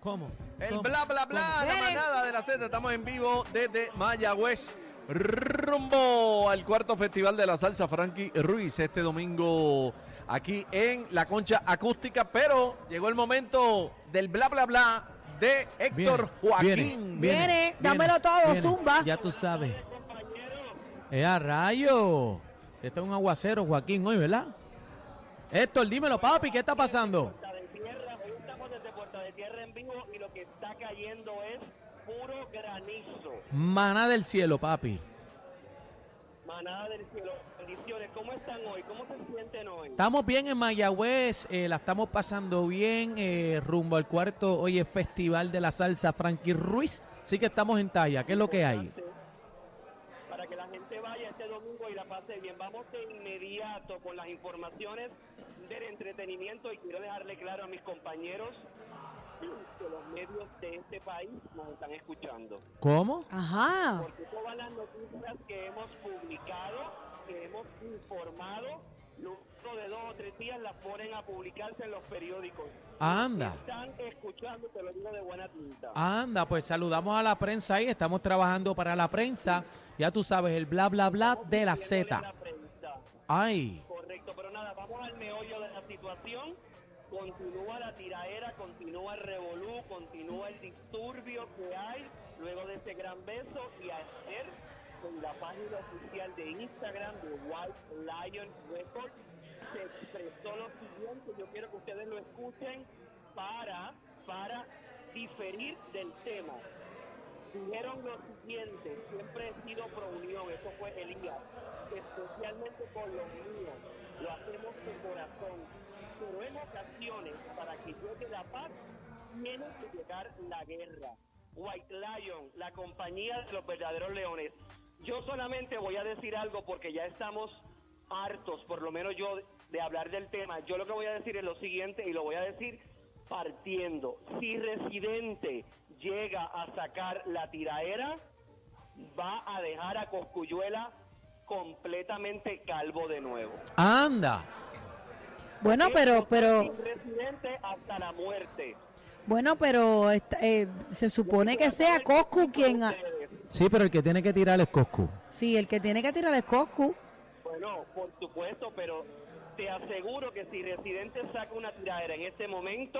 ¿Cómo? El ¿Cómo? bla bla bla, la ¿Cómo? manada de la Z. Estamos en vivo desde Mayagüez. Rumbo al cuarto festival de la salsa Frankie Ruiz este domingo aquí en la concha acústica. Pero llegó el momento del bla bla bla de Héctor Joaquín. viene. dámelo todo, zumba. Ya tú sabes. ¡Eh, a rayo! Está un aguacero, Joaquín, hoy, ¿verdad? Héctor, dímelo, papi, ¿qué está pasando? Puerta de Tierra, hoy estamos desde Puerta de Tierra en vivo y lo que está cayendo es puro granizo. Maná del cielo, papi. Manada del cielo, bendiciones. ¿Cómo están hoy? ¿Cómo se sienten hoy? Estamos bien en Mayagüez, eh, la estamos pasando bien, eh, rumbo al cuarto, hoy es Festival de la Salsa Frankie Ruiz, así que estamos en talla, ¿qué es lo que hay? Para que la gente vaya este domingo y la pase bien. Vamos de inmediato con las informaciones del entretenimiento y quiero dejarle claro a mis compañeros que los medios de este país nos están escuchando. ¿Cómo? Ajá. porque todas las noticias que hemos publicado, que hemos informado, luego de dos o tres días las ponen a publicarse en los periódicos. Anda. Están escuchando, te lo digo de buena tinta. Anda, pues saludamos a la prensa ahí, estamos trabajando para la prensa, ya tú sabes, el bla bla bla de la Diciéndole Z. a la prensa. Ay, Correcto, pero nada, vamos al meollo de la situación. Continúa la tiraera, continúa el revolú, continúa el disturbio que hay luego de ese gran beso y ayer con la página oficial de Instagram de White Lion Records se expresó lo siguiente, yo quiero que ustedes lo escuchen para, para diferir del tema dijeron lo siguiente, siempre he sido pro unión, eso fue Elías, especialmente con los míos, lo hacemos de corazón, pero en ocasiones, para que llegue la paz, tiene que llegar la guerra. White Lion, la compañía de los verdaderos leones. Yo solamente voy a decir algo porque ya estamos hartos, por lo menos yo, de hablar del tema. Yo lo que voy a decir es lo siguiente y lo voy a decir partiendo. Si Residente llega a sacar la tiraera, va a dejar a Coscuyuela completamente calvo de nuevo. anda. Bueno, pero, pero, Sin Residente hasta la muerte. bueno, pero esta- eh, se supone que sea Coscu quien, ha- Ustedes, Sí, pero el que tiene que tirar es Coscu. sí, el que tiene que tirar es Coscu. Bueno, por supuesto, pero te aseguro que si Residente saca una tiraera en este momento,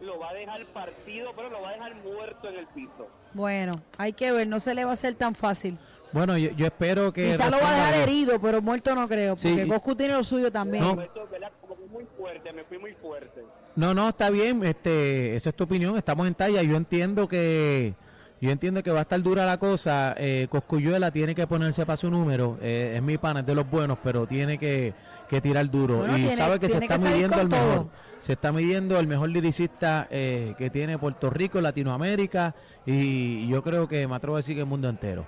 lo va a dejar partido, pero lo va a dejar muerto en el piso. Bueno, hay que ver, no se le va a hacer tan fácil. Bueno, yo, yo espero que... Quizá lo va a responda dejar bien. herido, pero muerto no creo, Sí. porque Coscu tiene lo suyo también. No. Esto, ¿verdad? Como que muy fuerte, me fui muy fuerte. No, no, está bien, este, esa es tu opinión, estamos en talla, yo entiendo que yo entiendo que va a estar dura la cosa, eh, Coscuyuela tiene que ponerse para su número, eh, es mi pana, es de los buenos, pero tiene que, que tirar duro Bueno, y tiene- sabe que se tiene está que salir midiendo con el todo. mejor, se está midiendo el mejor liricista eh, que tiene Puerto Rico, Latinoamérica y yo creo que me atrevo a decir que el mundo entero.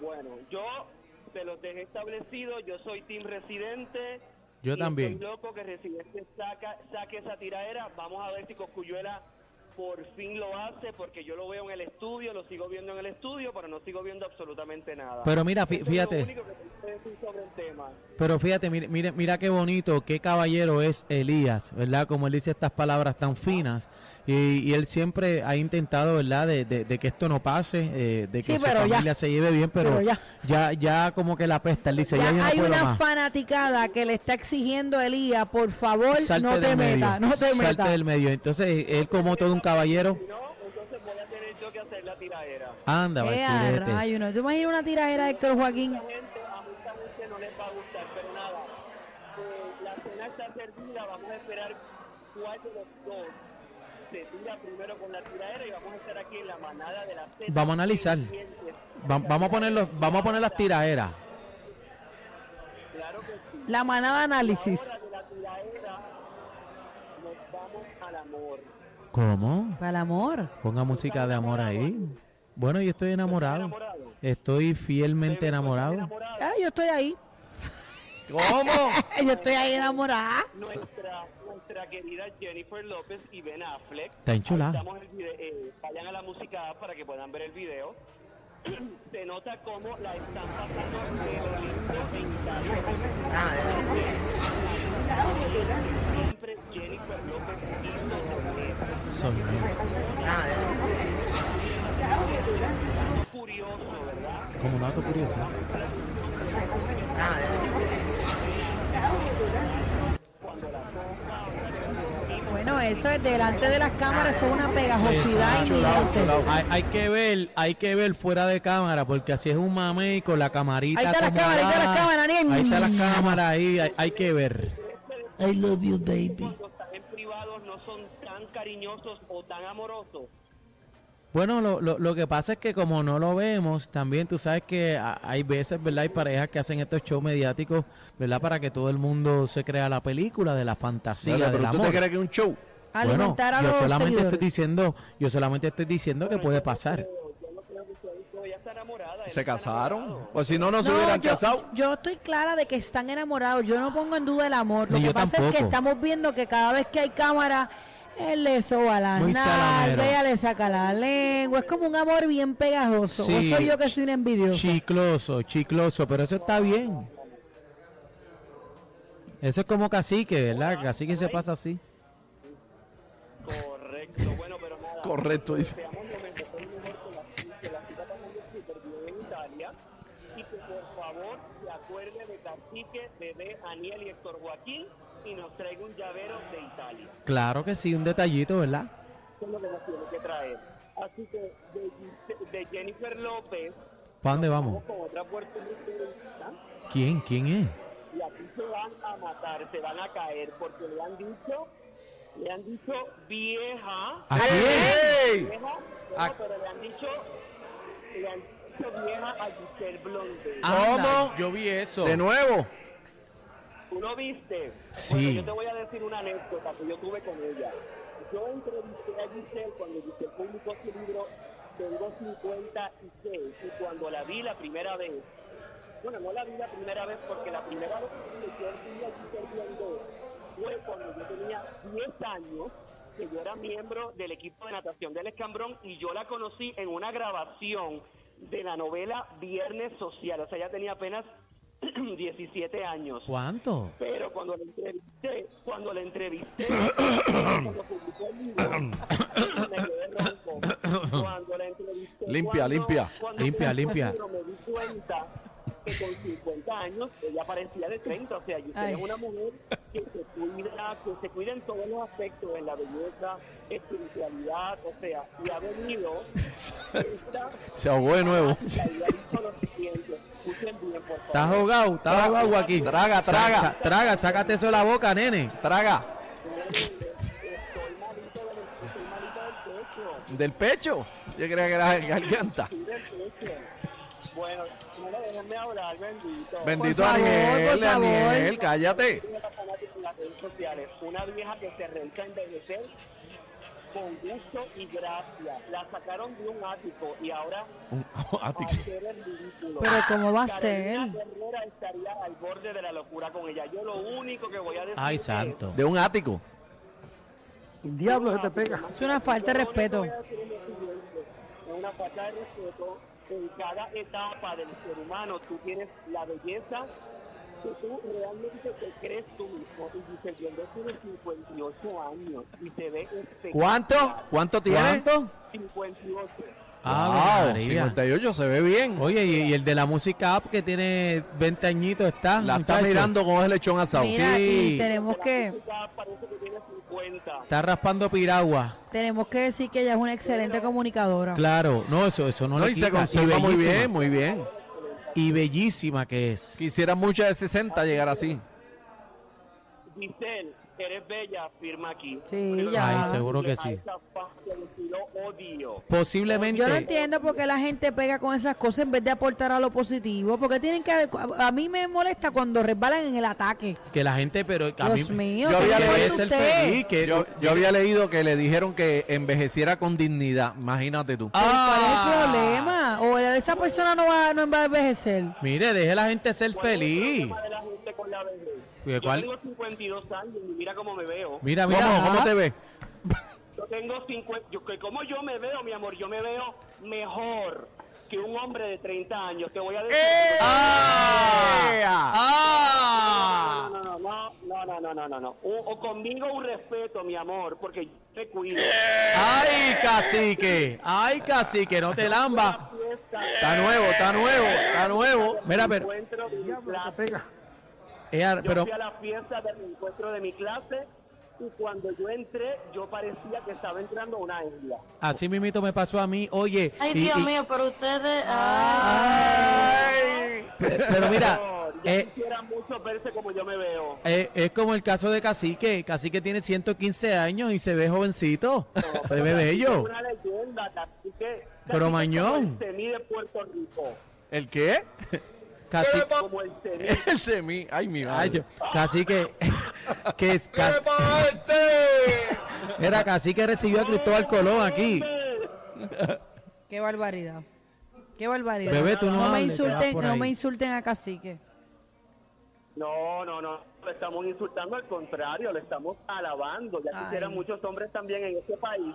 Bueno, yo se los dejé establecido, yo soy team residente. Yo y también. Estoy loco que residente saca, saque esa tiradera. Vamos a ver si Coscuyuela por fin lo hace, porque yo lo veo en el estudio, lo sigo viendo en el estudio, pero no sigo viendo absolutamente nada. Pero mira, fí- Eso fíjate. Es lo único que te puedo decir sobre el tema. Pero fíjate, mira, mira, mira qué bonito, qué caballero es Elías, ¿verdad? Como él dice estas palabras tan finas. Y, y él siempre ha intentado, ¿verdad? De, de- de que esto no pase, eh, de que Sí, su pero ya. familia se lleve bien, pero, Pero ya. ya. ya como que la pesta. Él dice, ya, Ya yo no hay puedo una más. fanaticada que le está exigiendo a Elías, por favor, Salte no te del medio, metas, no te salte metas. del medio. Entonces, él como todo un caballero, Si no, entonces voy a tener yo que hacer la tiradera. anda, Eh, a vacilete. rayo, ¿no? ¿Te imaginas una tiradera de Héctor Joaquín? mucha gente, a mucha gente no les va a gustar, pero nada. eh, la cena está servida, vamos a esperar cuál de los dos se tira primero con la tiradera y vamos a estar aquí en la manada de la cena. Vamos a analizar. Va- vamos, a poner los, vamos a poner las tiraderas. Claro que sí. La manada análisis. Ahora de la tiradera nos vamos al amor. ¿Cómo? Para el amor. Ponga música de amor ahí. Bueno, yo estoy enamorado. enamorado? Estoy fielmente enamorado. Enamorada, Ah, yo estoy ahí. ¿Cómo? Eh, Yo estoy ahí enamorada. Nuestra, nuestra querida Jennifer López y Ben Affleck. Está enchulada. Ahí estamos el vide- eh, vayan a la música para que puedan ver el video. Se nota cómo la están pasando de lo lindo en Italia. siempre Jennifer López Quito Soy yo. curioso, ¿verdad? Como dato curioso. Bueno, eso es delante de las cámaras, eso es una pegajosidad Exacto. inminente. Hay, hay que ver, hay que ver fuera de cámara, porque así es un mamey con la camarita. Ahí están las acomodada. cámaras, ahí están las cámaras, Daniel. Ahí están las cámaras, ahí hay, hay que ver. I love you, baby. Cuando están en privados no son tan cariñosos o tan amorosos. Bueno, lo, lo, lo que pasa es que como no lo vemos, también tú sabes que a- hay veces, ¿verdad? Hay parejas que hacen estos shows mediáticos, ¿verdad? Para que todo el mundo se crea la película de la fantasía, Dale, del pero tú amor. te crees que es un show. Bueno, Alimentar a yo los solamente estoy seguidores. diciendo, yo solamente estoy diciendo que puede pasar. Pero Ella está enamorada. él Se está casaron. enamorado. Pues si no, no se No, hubieran yo, casado. yo estoy clara de que están enamorados. Yo no pongo en duda el amor. Lo Ni que yo pasa es tampoco. que estamos viendo que cada vez que hay cámara, él le soba la Muy salamero. nalga, ella le saca la lengua. Es como un amor bien pegajoso. O Sí. soy yo que soy un envidioso. Chicloso, chicloso, pero eso está bien. Eso es como cacique, ¿verdad? Cacique se pasa así. Correcto, bueno, pero nada. Correcto, dice. Seamos lo mejor, lo mejor con la chica, que la chica pasando súper bien en Italia. Y que por favor se acuerde de Cacique, Bebé, Aniel y Héctor Joaquín y nos traiga un llavero de Italia. Claro que sí, un detallito, ¿verdad? Eso es lo que nos tiene que traer. Así que de, de Jennifer López, ¿Para dónde vamos? con otra puertorriqueña, ¿Quién? ¿Quién es? y aquí se van a matar, se van a caer, porque le han dicho, le han dicho vieja, ¿A ¡Ey! ¡Ey! vieja, Ah. no, pero le han dicho, le han dicho vieja a Giselle Blonde. Anda, ¿Cómo? Yo vi eso. De nuevo. ¿Tú lo viste? Sí. Bueno, yo te voy a decir una anécdota que yo tuve con ella. Yo entrevisté a Giselle cuando Giselle publicó su libro Tengo 56 y cuando la vi la primera vez, bueno, no la vi la primera vez porque la primera vez que yo vi a Giselle Blondeau fue cuando yo tenía 10 años que yo era miembro del equipo de natación del Escambrón y yo la conocí en una grabación de la novela Viernes Social, o sea, ella tenía apenas 17 años. ¿Cuánto? Pero cuando la entrevisté, cuando la entrevisté, cuando publicó el libro, me quedé ronco. Cuando la entrevisté, Limpia, cuando- limpia. cuando Limpia, publicó el limpia. libro, Me di cuenta que con 50 años ella parecía de 30, o sea, yo Ay. era una mujer que se cuida, que se cuida en todos los aspectos, en la belleza, espiritualidad, o sea, y ha venido esta Se ahogó de nuevo. la idea de los clientes. Escuchen bien, por favor. Estás ahogado, estás ahogado aquí. Traga, traga. traga, sácate eso de la boca, nene. Traga. Estoy malito del, estoy malito del pecho. Del pecho. Yo creía que era garganta. Bueno, no lo déjenme hablar, bendito. Bendito Por favor, Aniel, por favor. Aniel, cállate. Una fanática en las redes sociales, una vieja que se rehúsa a envejecer con gusto y gracia. La sacaron de un ático y ahora Un va a ático. ser el ridículo. Pero ¿cómo va a Carolina ser? Herrera estaría al borde de la locura con ella. Yo lo único que voy a decir Ay, es- santo. De un ático. Diablo se te pega. Es una falta de Yo lo único que respeto. voy a decir es lo siguiente, es una falta de respeto. En cada etapa del ser humano tú tienes la belleza que tú realmente te crees tú mismo. Y Giselle Blondeau tiene 58 años y se ve espectacular. ¿Cuánto? ¿Cuánto tiene? ¿Cuánto? 58. Ah, Wow, María. 58 se ve bien. Oye, y, y el de la música app que tiene 20 añitos está. La está muchacho? mirando con el lechón asado. Mira, Sí. y tenemos que, Ya parece que tiene 50. Está raspando piragua. tenemos que decir que ella es una excelente comunicadora. Claro, no, eso, eso no, No, le y quita. se conserva muy bellísima. bien, muy bien. Y bellísima que es. Quisiera mucha de 60 llegar así. Giselle, eres bella, firma aquí. Sí, Pero ya. Ay, seguro que sí. A esa parte del estilo odio. Posiblemente. Yo no entiendo por qué la gente pega con esas cosas en vez de aportar a lo positivo, porque tienen que a mí me molesta cuando resbalan en el ataque. Que la gente, pero que a Dios mí- mío, yo ¿qué había le leído pasa a el usted? feliz. que- yo, yo había leído que le dijeron que envejeciera con dignidad. Imagínate tú. Ah. Pero ¿Cuál es el problema? O la- esa persona no va, no va a envejecer. Mire, deje a la gente ser feliz. problema de la gente con la vejez. ¿De Yo cuál? tengo 52 años y mira cómo me veo. Mira, mira. ¿Cómo, cómo ah, te ves? Yo tengo 50. Yo, que ¿Cómo yo me veo, mi amor? Yo me veo mejor que un hombre de 30 años. Te voy a decir. ¡Eh! ¡Ah! Ah. No, no, no, no, no, no, no, no, no, no, no, no. Un- o conmigo un respeto, mi amor, porque yo te cuido. ¡Eh! ¡Ay, cacique! ¡Ay, cacique! ¡No te lamba! Está nuevo, está nuevo, está nuevo. Mira, pero, Encuentro de mi Diablo, te clase. pega. ella- Yo pero fui a la fiesta del encuentro de mi clase y cuando yo entré, yo parecía que estaba entrando a una isla. así mismito me pasó a mí. Oye, Ay, y- Dios y- mío, pero ustedes. ah. ay. pe- pero mira, Señor, ya eh, quisiera mucho verse como yo me veo. eh, es como el caso de Cacique. Cacique tiene 115 años y se ve jovencito. se ve Es bello. una leyenda, así que... Pero así que Mañón. como El semí de Puerto Rico. ¿El qué? Cacique. Como el semí. El semi. Ay, mi Ay, yo- madre. cacique. que es, ca- era cacique recibió a Cristóbal Colón aquí. Qué barbaridad. Qué barbaridad. Bebé, tú no me hables, que vas insulten, por no ahí. me insulten a cacique. No, no, no, le estamos insultando, al contrario, le estamos alabando. Ya Ay. quisieran muchos hombres también en este país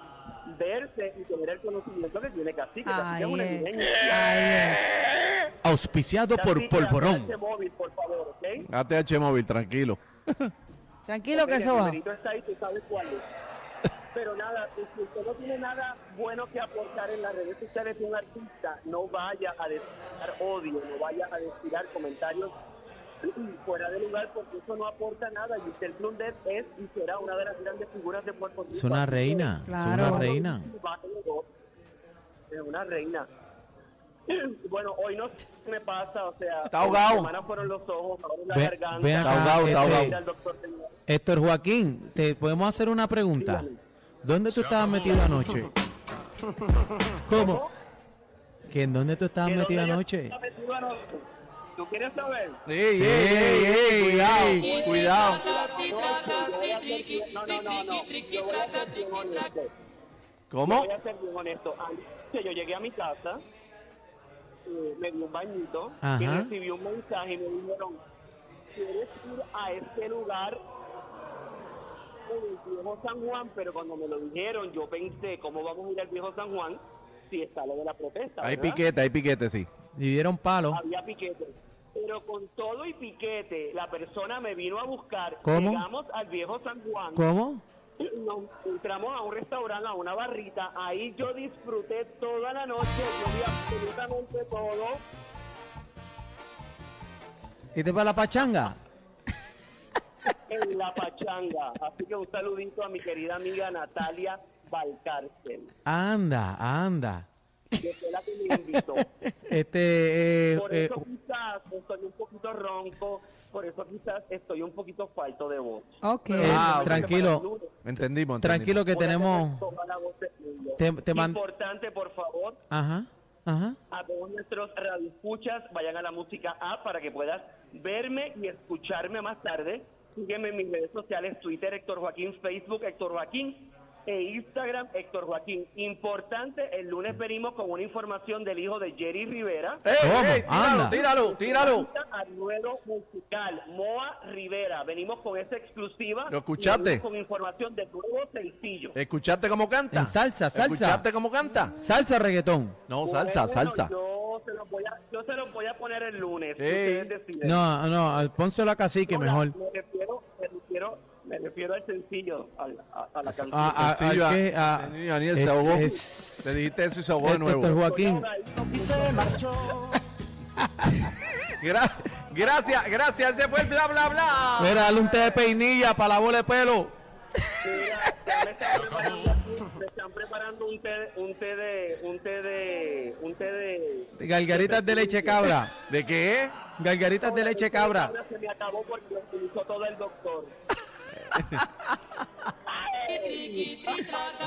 verse y tener el conocimiento que tiene Cacique. Cacique Ay, es una eh. ingenio. Ay, eh. Auspiciado por Polvorón. Ese este móvil, por favor, ¿ok? ATH móvil, tranquilo. Tranquilo que Porque eso el va. numerito está ahí, tú sabes cuál es. Pero nada, si usted no tiene nada bueno que aportar en las redes sociales de un artista, no vaya a destilar odio, no vaya a destilar comentarios fuera de lugar porque eso no aporta nada. Y usted Blundet es y será una de las grandes figuras de Puerto Rico. Es una Así que, reina. Es una Claro. reina. Es una reina. Bueno, hoy no sé qué me pasa, o sea, Está ahogado. la semana fueron los ojos, ahora es la Ve- garganta. ve acá, Está ahogado, está este, ahogado. Al doctor Peña. Héctor Joaquín, te podemos hacer una pregunta. ¿Dónde tú estabas metido anoche? ¿Cómo? ¿Que en dónde tú estabas ¿Que metido dónde yo anoche? estaba metido anoche? ¿Tú quieres saber? Ey, ey, ey, ey, cuidado, cuidado. No, no, no, no. Yo voy a ser bien honesto. Yo ¿Cómo? Voy a ser bien honesto. Anoche yo llegué a mi casa, eh, me di un bañito y Ajá. recibí un mensaje y me dijeron, ¿quieres ir a este lugar? en el viejo San Juan, pero cuando me lo dijeron yo pensé, ¿cómo vamos a ir al viejo San Juan si está lo de la protesta? Hay ¿verdad? piquete, hay piquete, sí. Y dieron palo. había piquete. Pero con todo y piquete, la persona me vino a buscar. ¿Cómo? Llegamos al viejo San Juan. ¿Cómo? Nos entramos a un restaurante, a una barrita. Ahí yo disfruté toda la noche. Yo vi absolutamente todo. ¿Y te para la pachanga? en la pachanga. Así que un saludito a mi querida amiga Natalia Valcárcel, Anda, anda. que fue la que me invitó. Este, eh, Por eh, eso quizás estoy un poquito ronco, por eso quizás estoy un poquito falto de voz. Ok. eh, Ah, ok. tranquilo, Entendimos, entendimos. tranquilo que Voy a tenemos. tener toda la voz del mundo. Te- te man- Importante, por favor, Ajá, ajá. a todos nuestros radioescuchas, vayan a la música app para que puedas verme y escucharme más tarde. Sígueme en mis redes sociales, Twitter, Héctor Joaquín, Facebook, Héctor Joaquín e Instagram, Héctor Joaquín. Importante, el lunes venimos con una información del hijo de Jerry Rivera. Ey, ¿Cómo? ey, tíralo, Anda. tíralo, tíralo. Al ruedo musical, Moa Rivera. Venimos con esa exclusiva. ¿Lo escuchaste? Y venimos Con información de nuevo sencillo. ¿Escuchaste cómo canta? En salsa, salsa. ¿Escuchaste cómo canta? Salsa reggaetón. No, salsa, Bueno, salsa. Yo se los voy a, yo se los voy a poner el lunes. Ey. ustedes deciden. No, no, pónselo a cacique Ahora, mejor. Me refiero, me refiero, me refiero al sencillo, al- a, a la canción. a- a- Sencillo, al que- ah, a- sí, Daniel es- se ahogó. es- Le dijiste eso y se ahogó de Héctor nuevo. Joaquín. Gra- gracias, gracias. Ese fue el bla, bla, bla. Mira, dale un té de peinilla para la bola de pelo. Mira, ya me están preparando- me están preparando un té, un té de, un té de, un té de. Gargaritas de leche cabra. ¿De qué? Gargaritas de leche cabra. Se me acabó porque lo utilizó todo el doctor.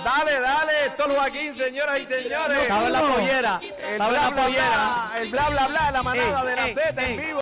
Dale, dale, Héctor Joaquín, señoras y señores. Estaba en la pollera. Eh, El Estaba bla, en la bla, pollera. bla, el bla, bla, bla, la manada Ey, de la ey, Z en ey. vivo.